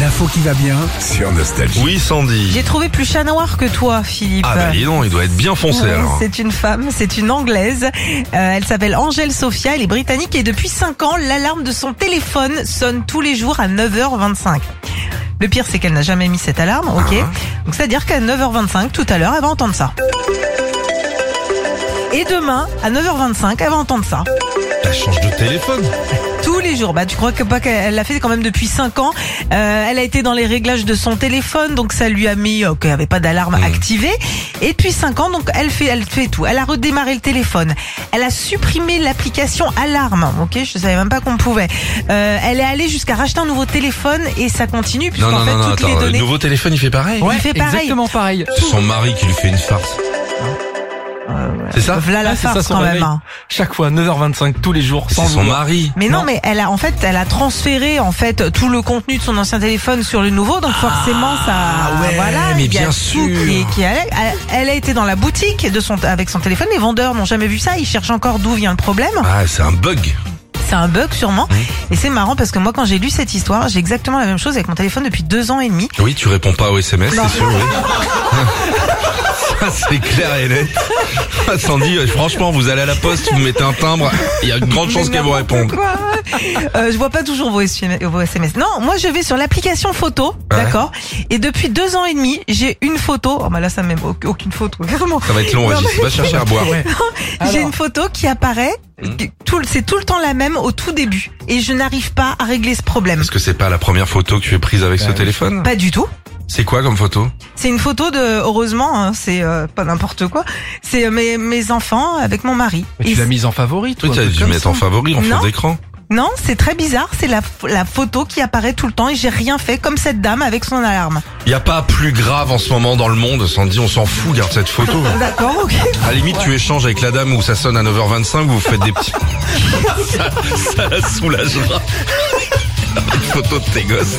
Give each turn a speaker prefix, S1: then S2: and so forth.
S1: L'info qui va bien.
S2: sur Nostalgie.
S3: Oui, Sandy.
S4: J'ai trouvé plus chat noir que toi, Philippe.
S3: Ah bah dis donc, il doit être bien foncé
S4: Ouais,
S3: alors.
S4: c'est une femme, c'est une anglaise. Euh, elle s'appelle Angèle Sophia, elle est britannique et depuis 5 ans, l'alarme de son téléphone sonne tous les jours à 9h25. Le pire, c'est qu'elle n'a jamais mis cette alarme, ok
S3: Ah.
S4: Donc c'est-à-dire qu'à 9h25, tout à l'heure, elle va entendre ça. Et demain, à 9h25, elle va entendre ça.
S3: Elle change de téléphone.
S4: Tous les jours. Bah, tu crois que pas qu'elle l'a fait quand même depuis 5 ans. Euh, elle a été dans les réglages de son téléphone, donc ça lui a mis euh, qu'elle avait pas d'alarme
S3: Mmh.
S4: activée. Et depuis 5 ans, donc elle fait, elle fait tout. Elle a redémarré le téléphone. Elle a supprimé l'application alarme. Ok, je savais même pas qu'on pouvait. Euh, elle est allée jusqu'à racheter un nouveau téléphone et ça continue
S3: Non,
S4: puisqu'en
S3: non,
S4: fait
S3: non, non,
S4: toutes les
S3: attends. Le
S4: données.
S3: nouveau téléphone, il fait pareil.
S4: il fait pareil.
S5: Exactement pareil.
S3: C'est son mari qui lui fait une farce. C'est ça
S4: Voilà la
S5: Ah, c'est ça,
S4: farce
S5: son
S4: quand
S5: réveil.
S4: même. hein.
S5: Chaque fois, 9h25 tous les jours,
S3: C'est
S5: sans
S3: son
S5: vouloir.
S3: mari.
S4: Mais non,
S5: Non.
S4: mais elle a en fait, elle a transféré en fait tout le contenu de son ancien téléphone sur le nouveau, donc forcément ça.
S3: Ah ouais,
S4: voilà,
S3: mais
S4: il y a
S3: bien
S4: tout
S3: sûr.
S4: qui- qui allait. elle, elle a été dans la boutique de son avec son téléphone. Les vendeurs n'ont jamais vu ça. Ils cherchent encore d'où vient le problème.
S3: Ah, c'est un bug.
S4: C'est un bug sûrement.
S3: Mmh.
S4: Et c'est marrant parce que moi, quand j'ai lu cette histoire, j'ai exactement la même chose avec mon téléphone depuis deux ans et demi.
S3: Oui, tu réponds pas au SMS, c'est sûr, oui. Ça, C'est clair et net. Ah, Sandy, euh, franchement, vous allez à la poste, vous mettez un timbre, il y a une grande chance qu'elle vous réponde.
S4: Quoi Euh, je vois pas toujours vos SMS. vos SMS. Non, moi je vais sur l'application photo, d'accord. Et depuis deux ans et demi, j'ai une photo. Oh bah là, ça m'aime auc- aucune photo. Vraiment.
S3: Ça va être long,
S4: Non,
S3: Régis.
S4: mais-
S3: Va chercher à boire.
S5: Ouais.
S4: J'ai
S5: Alors. Hum.
S4: une photo qui apparaît. que- tout le- C'est tout le temps la même au tout début. Et je n'arrive pas à régler ce problème.
S3: Est-ce que c'est pas la première photo que tu es prise avec ce téléphone
S4: Pas du tout.
S3: C'est quoi comme photo
S4: C'est une photo de, heureusement, hein, c'est euh, pas n'importe quoi. C'est euh, mes, mes enfants avec mon mari.
S5: Mais
S4: Et
S5: tu l'as
S4: c'est-
S5: mise en favori,
S3: Toi,
S5: toi.
S3: tu as
S5: un truc
S3: dû
S5: comme
S3: mettre
S5: ça.
S3: en favori, en fond
S4: Non.
S3: d'écran.
S4: Non, c'est très bizarre. C'est la, ph- la photo qui apparaît tout le temps et j'ai rien fait comme cette dame avec son alarme.
S3: Il n'y a pas plus grave en ce moment dans le monde, Sandy, on s'en fout, garde cette photo.
S4: D'accord, ok.
S3: À la limite, tu échanges avec la dame où ça sonne à 9h25, vous faites des petits... ça, ça la soulagera. Une photo de tes gosses.